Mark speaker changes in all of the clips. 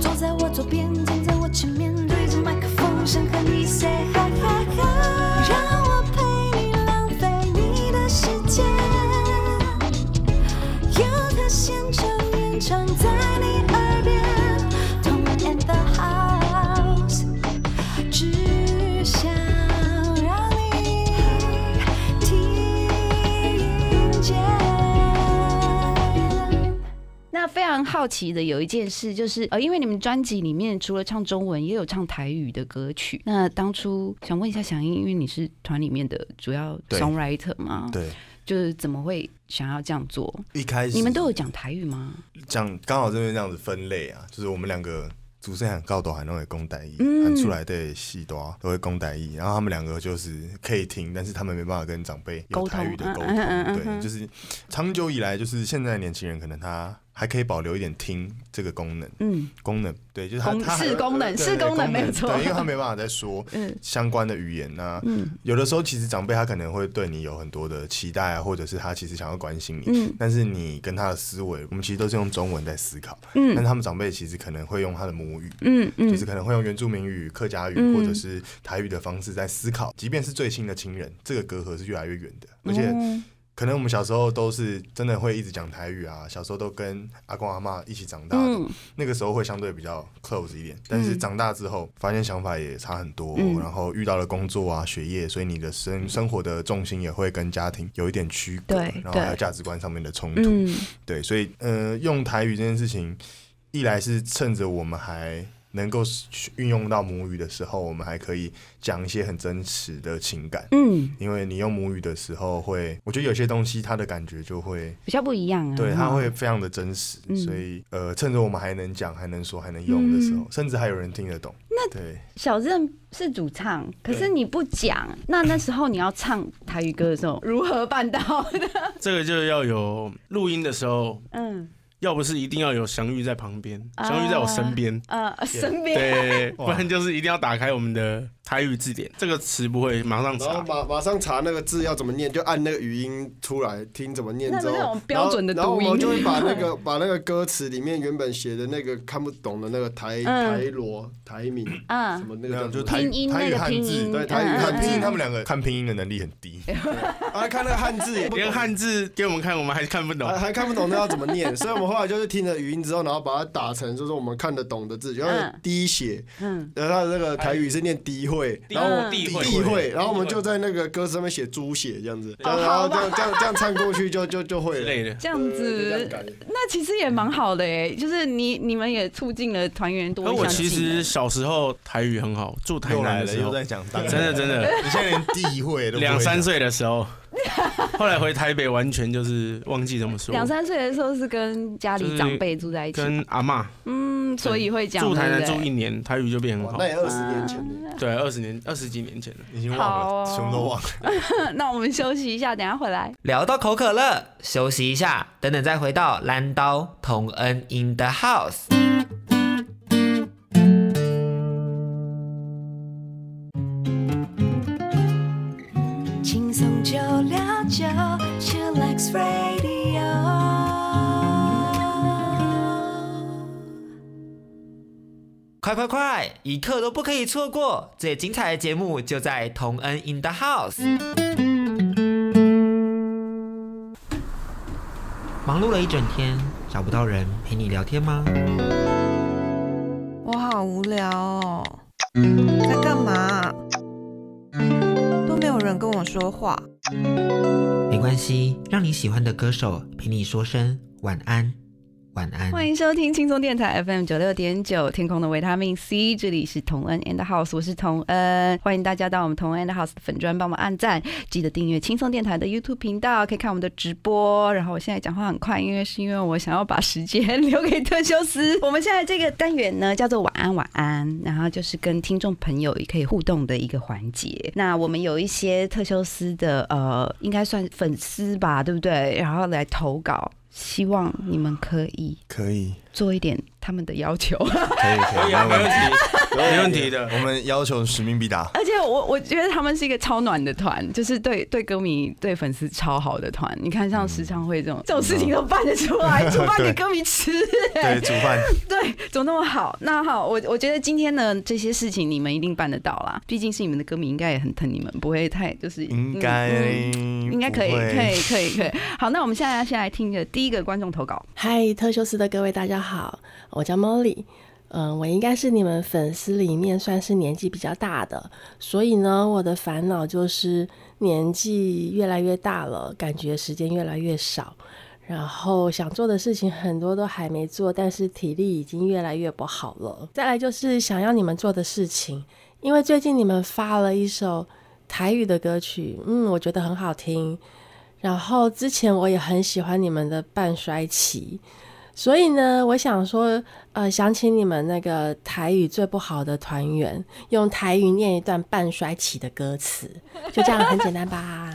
Speaker 1: 坐在我左边，站在我前面，对着麦克风，想和你 say hi hi hi，让我陪你浪费你的时间。有他现场演唱在你耳边，同玩 and the house，只想让你听见。
Speaker 2: 那非常好奇的有一件事，就是呃，因为你们专辑里面除了唱中文，也有唱台语的歌曲。那当初想问一下响应，因为你是团里面的主要
Speaker 3: 对
Speaker 2: songwriter 嘛，
Speaker 3: 对，
Speaker 2: 就是怎么会想要这样做？
Speaker 3: 一开始
Speaker 2: 你们都有讲台语吗？
Speaker 3: 讲刚好这边这样子分类啊，就是我们两个主持人高斗喊都会公台语，
Speaker 2: 嗯
Speaker 3: 喊出来的戏多都会公台语，然后他们两个就是可以听，但是他们没办法跟长辈有
Speaker 2: 沟通
Speaker 3: 台语的沟
Speaker 2: 嗯嗯嗯嗯
Speaker 3: 通，
Speaker 2: 嗯
Speaker 3: 对，就是长久以来，就是现在的年轻人可能他还可以保留一点听这个功能，
Speaker 2: 嗯，
Speaker 3: 功能对，就是他
Speaker 2: 功
Speaker 3: 他还呃
Speaker 2: 是功能
Speaker 3: 对
Speaker 2: 是
Speaker 3: 对
Speaker 2: 功能没有错
Speaker 3: 对，因为他没办法再说
Speaker 2: 嗯
Speaker 3: 相关的语言那有的时候，其实长辈他可能会对你有很多的期待啊，或者是他其实想要关心你，
Speaker 2: 嗯
Speaker 3: 但是你跟他的思维，我们其实都是用中文在思考，
Speaker 2: 嗯
Speaker 3: 但他们长辈其实可能会用他的母语，
Speaker 2: 嗯嗯
Speaker 3: 就是可能会用原住民语、客家语、
Speaker 2: 嗯
Speaker 3: 或者是台语的方式在思考，即便是最亲的亲人，这个隔阂是越来越远的，而且。
Speaker 2: 哦
Speaker 3: 可能我们小时候都是真的会一直讲台语啊，小时候都跟阿公阿妈一起长大的，
Speaker 2: 嗯
Speaker 3: 那个时候会相对比较 close 一点。但是长大之后，发现想法也差很多，
Speaker 2: 嗯
Speaker 3: 然后遇到了工作啊、学业，所以你的生生活的重心也会跟家庭有一点区隔，
Speaker 2: 对
Speaker 3: 然后还有
Speaker 2: 对
Speaker 3: 价值观上面的冲突，
Speaker 2: 嗯
Speaker 3: 对，所以呃，用台语这件事情，一来是趁着我们还。能够运用到母语的时候，我们还可以讲一些很真实的情感，
Speaker 2: 嗯，
Speaker 3: 因为你用母语的时候会，我觉得有些东西它的感觉就会，
Speaker 2: 比较不一样啊。
Speaker 3: 对，
Speaker 2: 哈
Speaker 3: 它会非常的真实，
Speaker 2: 嗯
Speaker 3: 所以呃，趁着我们还能讲、还能说、还能用的时
Speaker 2: 嗯
Speaker 3: 候，甚至还有人听得懂，那对，
Speaker 2: 小郑是主唱，可是
Speaker 3: 对
Speaker 2: 你不讲，那那时候你要唱台语歌的时候，如何办到？
Speaker 4: 这个就要有录音的时候，
Speaker 2: 嗯
Speaker 4: 要不是一定要有祥玉在旁边，
Speaker 2: 啊
Speaker 4: 祥玉在我身 边。
Speaker 2: 呃，身边
Speaker 4: 对，不
Speaker 3: 哇
Speaker 4: 然就是一定要打开我们的台语字典，这个词不会马上
Speaker 5: 然
Speaker 4: 查。
Speaker 5: 后马马上查那个字要怎么念，就按那个语音出来听怎么念
Speaker 2: 那
Speaker 5: 之后，
Speaker 2: 那种标准的
Speaker 5: 然后
Speaker 2: 读音
Speaker 5: 然后我就会把 那个把那个歌词里面原本写的那个看不懂的那个台、
Speaker 2: 嗯
Speaker 5: 台罗台闽
Speaker 2: 啊
Speaker 5: 什，么那
Speaker 3: 没
Speaker 5: 个
Speaker 3: 有
Speaker 5: 叫
Speaker 3: 就
Speaker 5: 做
Speaker 3: 是台
Speaker 2: 拼音
Speaker 3: 台
Speaker 2: 那
Speaker 3: 语
Speaker 2: 个
Speaker 3: 汉
Speaker 2: 拼
Speaker 3: 字，
Speaker 2: 音，
Speaker 5: 对台语
Speaker 2: 嗯
Speaker 3: 看
Speaker 5: 汉
Speaker 3: 拼音，
Speaker 5: 字
Speaker 3: 他们两个看拼音的能力很低，
Speaker 5: 啊，看那个汉字也不懂啊
Speaker 4: 连汉字给我们看，我们还看不懂
Speaker 5: 还。还看不懂那要怎么念，所以我们后来就是听了语音之后，然后把它打成就是我们看得懂的字，就
Speaker 2: 嗯
Speaker 5: 像滴血，
Speaker 2: 嗯
Speaker 5: 然后它的那个台语是念低会，然后
Speaker 2: 后
Speaker 4: 地
Speaker 3: 会
Speaker 5: 地会，然后我们就在那个歌词上面写猪血这样子，然
Speaker 2: 哦
Speaker 5: 后然
Speaker 2: 好
Speaker 5: 后
Speaker 2: 吧
Speaker 5: 这样这样这样唱过去就就就会
Speaker 4: 之
Speaker 5: 了。
Speaker 4: 类的。
Speaker 2: 这样
Speaker 5: 对
Speaker 2: 子
Speaker 5: 就这样改，
Speaker 2: 那其实也蛮好的哎，就是你你们也促进了团员多
Speaker 4: 而
Speaker 2: 一
Speaker 4: 我
Speaker 2: 项
Speaker 4: 其
Speaker 2: 技
Speaker 4: 实
Speaker 2: 能。
Speaker 4: 小时候台语 很好，住台
Speaker 3: 又
Speaker 4: 南
Speaker 3: 来
Speaker 4: 的
Speaker 3: 了，
Speaker 4: 时
Speaker 3: 又
Speaker 4: 候，
Speaker 3: 在讲当地，
Speaker 4: 真的真的，
Speaker 3: 你现在连地会都不会
Speaker 4: 两三
Speaker 3: 讲，
Speaker 4: 岁的时候，后来回台北完全就是忘记怎么说，
Speaker 2: 两三岁的时候是跟家里长辈住在一起，
Speaker 4: 跟阿嬷
Speaker 2: 嗯，所以会讲
Speaker 4: 住台南
Speaker 2: 对不
Speaker 4: 住
Speaker 2: 对
Speaker 4: 一年，台语就变很
Speaker 5: 哇
Speaker 4: 好
Speaker 5: 哦那。也二十年前
Speaker 2: 嗯
Speaker 5: 了，
Speaker 4: 对，二十年二十几年前了。
Speaker 3: 已经
Speaker 2: 好
Speaker 3: 忘
Speaker 2: 哦
Speaker 3: 了，什么都忘了，
Speaker 2: 那我们休息一下，等一下回来。
Speaker 6: 聊到口渴了，休息一下，等等再回到蓝刀同恩 in the house。
Speaker 1: 轻松九六九 c h i l l x Radio。
Speaker 6: 快快快，一刻都不可以错过！最精彩的节目就在同恩 in the house。忙碌了一整天，找不到人陪你聊天吗？
Speaker 7: 我好无聊哦，在干嘛？都没有人跟我说话。
Speaker 6: 没关系，让你喜欢的歌手陪你说声晚安，晚安。
Speaker 2: 欢迎收听轻松电台 FM 九六点九，天空的维他命 C，这里是同恩 and house，我是同恩，欢迎大家到我们同恩 and house 的粉砖帮忙按赞，记得订阅轻松电台的 YouTube 频道，可以看我们的直播。然后我现在讲话很快，因为是因为我想要把时间留给特修斯。我们现在这个单元呢叫做晚安晚安，然后就是跟听众朋友也可以互动的一个环节。那我们有一些特修斯的呃，应该算粉丝吧，对不对？然后来投稿，希望你们可以
Speaker 3: 可以，
Speaker 2: 做一点他们的要求。
Speaker 3: 可以，可
Speaker 4: 可
Speaker 3: 以，
Speaker 4: 以啊，
Speaker 3: 没
Speaker 4: 没
Speaker 3: 问
Speaker 4: 问
Speaker 3: 题。
Speaker 4: 题，没问题的。
Speaker 3: 我们要求使命 必达。
Speaker 2: 而且我我觉得他们是一个超暖的团，就是对对歌迷、对粉丝超好的团。你看，像时常会这种这种事情都办得出 来，煮饭给歌迷吃，
Speaker 3: 对，煮饭
Speaker 2: 对，怎么那么好？那好，我我觉得今天呢，这些事情你们一定办得到啦，毕竟是你们的歌迷，应该也很疼你们，不会太就是
Speaker 3: 应该
Speaker 2: 嗯嗯
Speaker 3: 应
Speaker 2: 应该可以，可以，可以，可以。好，那我们现在先来听个第一个观众投稿。
Speaker 8: 嗨，特修斯的各位大家好，我叫 Molly。嗯，我应该是你们粉丝里面算是年纪比较大的，所以呢，我的烦恼就是年纪越来越大了，感觉时间越来越少，然后想做的事情很多都还没做，但是体力已经越来越不好了。再来就是想要你们做的事情，因为最近你们发了一首台语的歌曲，嗯，我觉得很好听，然后之前我也很喜欢你们的半衰期，所以呢，我想说，呃，想请你们那个台语最不好的团员用台语念一段半衰期的歌词，就这样很简单吧。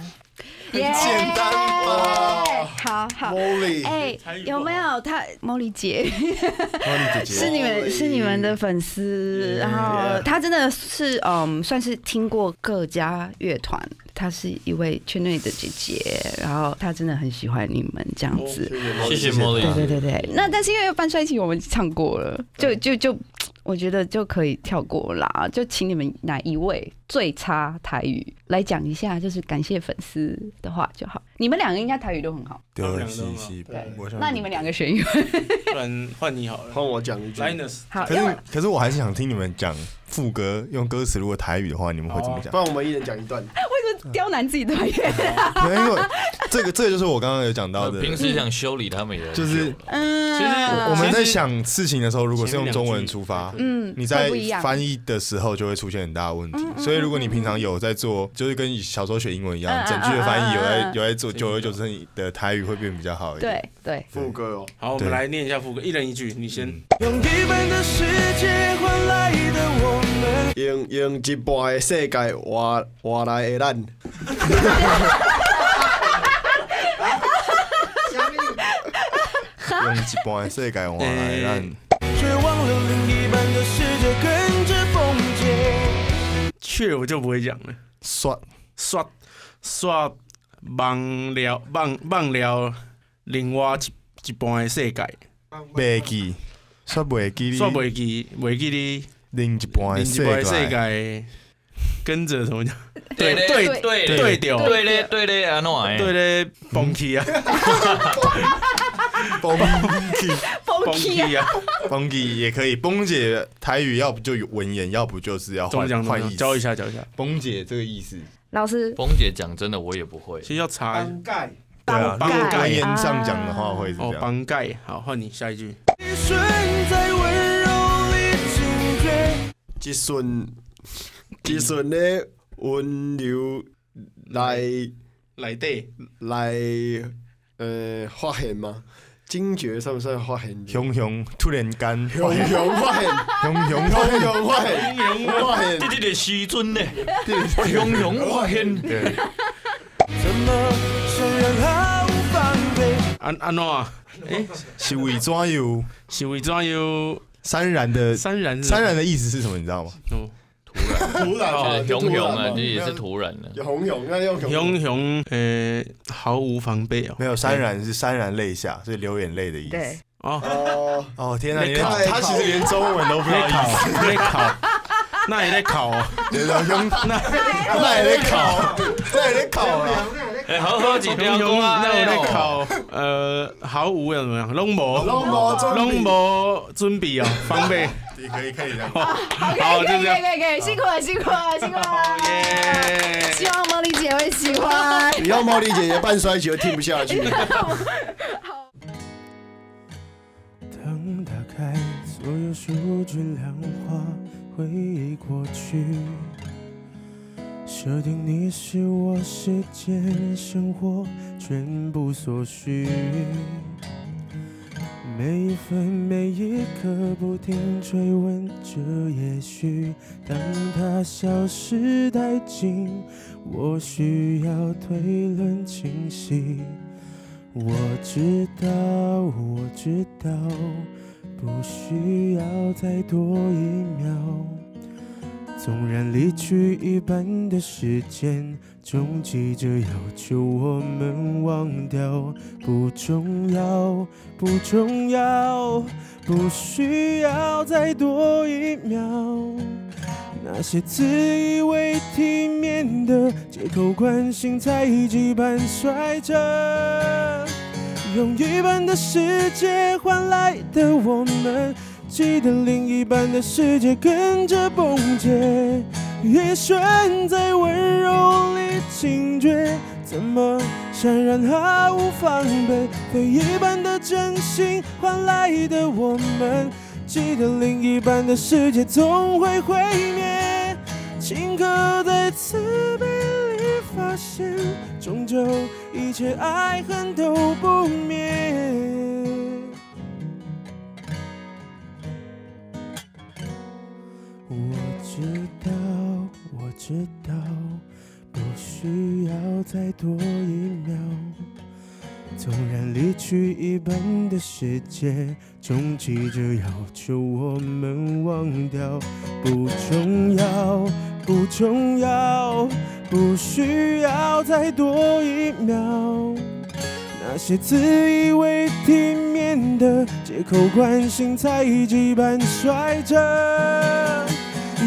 Speaker 2: 很
Speaker 5: 简单吧
Speaker 2: 好好。
Speaker 5: 哦 Molly，
Speaker 2: 哎、有没有他茉莉姐
Speaker 3: ，Molly 姐姐
Speaker 2: 是你们是你们的粉丝，然后她真的是嗯，算是听过各家乐团，她是一位圈内的姐姐，然后她真的很喜欢你们这样
Speaker 5: 哦
Speaker 2: 子。
Speaker 4: 谢谢 Molly
Speaker 2: 对对对对，那但是因为半衰期我们唱过了，就就就，我觉得就可以跳过啦。就请你们哪一位最差台语来讲一下，就是感谢粉丝的话就好。你们两个应该台语都很好，
Speaker 3: 对，西西，我想
Speaker 2: 那你们两个选一位。
Speaker 3: 嗯
Speaker 4: 不然换你好了
Speaker 5: 换我讲一句。
Speaker 4: ，Linus，
Speaker 2: 好，
Speaker 3: 可
Speaker 2: 啊因为
Speaker 3: 是可是我还是想听你们讲副歌，用歌词如果台语的话，你们会怎么讲
Speaker 5: 不？然我们一人讲一段，
Speaker 2: 刁难自己的团员，
Speaker 3: 没有因为这个这个就是我刚刚有讲到的，
Speaker 9: 平时想修理他们也
Speaker 3: 就是
Speaker 2: 嗯，
Speaker 4: 其实
Speaker 3: 我我们在想事情的时候，如果是用中文出发，
Speaker 2: 嗯，
Speaker 3: 你在
Speaker 2: 会不一样嗯
Speaker 3: 翻译的时候就会出现很大的问题。所以如果你平常有在做，就是跟小时候学英文一
Speaker 2: 嗯嗯
Speaker 3: 样，整句的翻译
Speaker 2: 嗯
Speaker 3: 有
Speaker 2: 嗯
Speaker 3: 在
Speaker 2: 嗯
Speaker 3: 有在做，久而久之你的台语会变比较好一点。
Speaker 2: 对对，
Speaker 5: 副歌哦。
Speaker 4: 好，我
Speaker 3: 对
Speaker 4: 们来念一下副歌，一人一句，你先。
Speaker 10: 用一半的世界换来的我们，
Speaker 5: 用用一半的世界换换来的咱，
Speaker 3: 用一半的世界换来让
Speaker 10: 却忘了另一半的世界跟着风解。
Speaker 4: 却我就不会讲了，
Speaker 3: 刷
Speaker 4: 刷刷忘了忘忘了另外一一半的世界，
Speaker 3: 袂记，刷袂记
Speaker 4: 煞
Speaker 3: 你
Speaker 4: 袂记袂记你
Speaker 3: 另一半的
Speaker 4: 另一
Speaker 3: 世
Speaker 4: 半的世
Speaker 3: 界。
Speaker 4: 界跟着什么讲？
Speaker 9: 对
Speaker 4: 对
Speaker 9: 对
Speaker 4: 对对掉
Speaker 9: 对嘞对嘞，安诺哎，
Speaker 4: 对嘞，崩起啊，
Speaker 3: 崩姐，
Speaker 4: 崩起啊，
Speaker 3: 崩姐也可以。崩姐台语要不就有文言，要不就是要
Speaker 4: 怎么
Speaker 3: 换
Speaker 4: 讲？怎么
Speaker 3: 换意
Speaker 4: 讲？
Speaker 3: 思。
Speaker 4: 教一下，教一下。
Speaker 3: 崩姐这个意思，
Speaker 2: 老师
Speaker 9: 峰姐讲真的我也不会，
Speaker 4: 其实要查
Speaker 5: 盖
Speaker 3: 对啊，如
Speaker 4: 帮
Speaker 3: 果
Speaker 4: 盖
Speaker 3: 文言上讲的话会是这
Speaker 4: 哦，
Speaker 3: 样。
Speaker 4: 帮盖。好，换你下一句。
Speaker 10: 一瞬在温柔里惊觉。
Speaker 5: 一瞬一瞬的温柔来
Speaker 4: 来对，
Speaker 5: 来呃发现吗？惊觉算不算发现？
Speaker 3: 熊熊突然间，
Speaker 5: 熊
Speaker 3: 熊
Speaker 5: 熊发现，
Speaker 3: 熊
Speaker 5: 熊熊发现，发现
Speaker 9: 这。这个时阵呢，我熊熊发现，
Speaker 3: 对，
Speaker 10: 怎么承认毫无防备？
Speaker 4: 安安诺啊，
Speaker 3: 是为怎样？
Speaker 4: 是为怎样？
Speaker 3: 潸然的
Speaker 4: 三然是什么
Speaker 3: 潸然的意思是什么？你知道吗？
Speaker 4: 哦，
Speaker 5: 突然嘛
Speaker 9: 熊熊啊，
Speaker 5: 就突然嘛
Speaker 9: 这也是突然的。
Speaker 5: 有红勇，那用
Speaker 4: 熊熊呃毫无防备哦，
Speaker 3: 没有，潸然是潸然泪下，所以流眼泪的意
Speaker 2: 对
Speaker 3: 思。
Speaker 4: 哦，
Speaker 5: 哦，
Speaker 3: 哦天哪，
Speaker 4: 没
Speaker 3: 你连
Speaker 4: 考
Speaker 3: 他其实连中文都不知道
Speaker 4: 在
Speaker 3: 意思
Speaker 4: 考，在考，那也在 考哦，
Speaker 3: 对对，熊 那也在 考，那也在考啊！
Speaker 9: 哎，好好几条
Speaker 4: 熊
Speaker 9: 公啊，
Speaker 4: 那我在
Speaker 9: 哎哦，
Speaker 4: 考，呃，毫无怎么样？拢无，
Speaker 5: 龙魔中
Speaker 4: 拢无准备哦，防备，
Speaker 3: 你可以可以这样。
Speaker 2: ，OK，
Speaker 4: 好
Speaker 2: 可
Speaker 4: 就
Speaker 2: 以
Speaker 4: 这
Speaker 2: 可
Speaker 4: 样
Speaker 2: 以可以可以，辛苦了辛苦了辛苦
Speaker 4: 好
Speaker 2: 了，希
Speaker 4: 耶，
Speaker 2: 望茉莉姐会喜欢。
Speaker 5: 你要茉莉姐姐半衰期都听不下去。
Speaker 10: 当打开所有数据量化，回忆过去，设定你是我时间生活全部所需，每一分每一刻不停追问着也许，当它消失殆尽，我需要推论清晰。我知道，我知道，不需要再多一秒。纵然离去一半的时间，总急着要求我们忘掉，不重要，不重要，不需要再多一秒。那些自以为体面的借口关心，在一起盘摔着，用一半的世界换来的我们，记得另一半的世界跟着崩解，也悬在温柔里惊觉，怎么闪然毫无防备，非一般的真心换来的我们。记得另一半的世界总会毁灭，顷刻在慈悲里发现，终究一切爱恨都不灭。我知道，我知道，不需要再多一秒。纵然离去一半的世界，总急着要求我们忘掉，不重要，不重要，不需要再多一秒。那些自以为体面的借口关心，在一起盘摔着，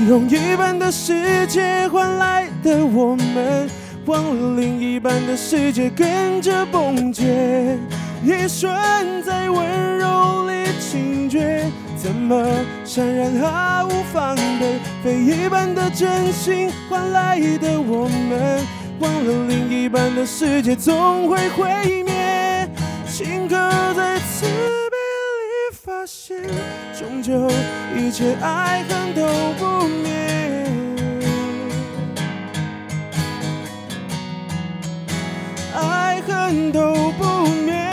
Speaker 10: 用一半的世界换来的我们。忘了另一半的世界跟着崩解，一瞬在温柔里惊觉，怎么闪然毫无防备，非一般的真心换来的我们，忘了另一半的世界总会毁灭，顷刻在慈悲里发现，终究一切爱恨都不灭。爱恨都不灭。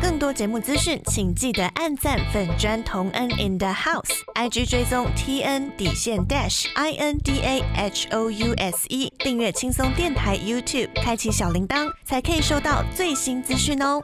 Speaker 11: 更多节目资讯，请记得按赞粉砖同恩 in the house，IG 追踪 T N 底线 dash I N D A H O U S E，订阅轻松电台 YouTube，开启小铃铛，才可以收到最新资讯哦。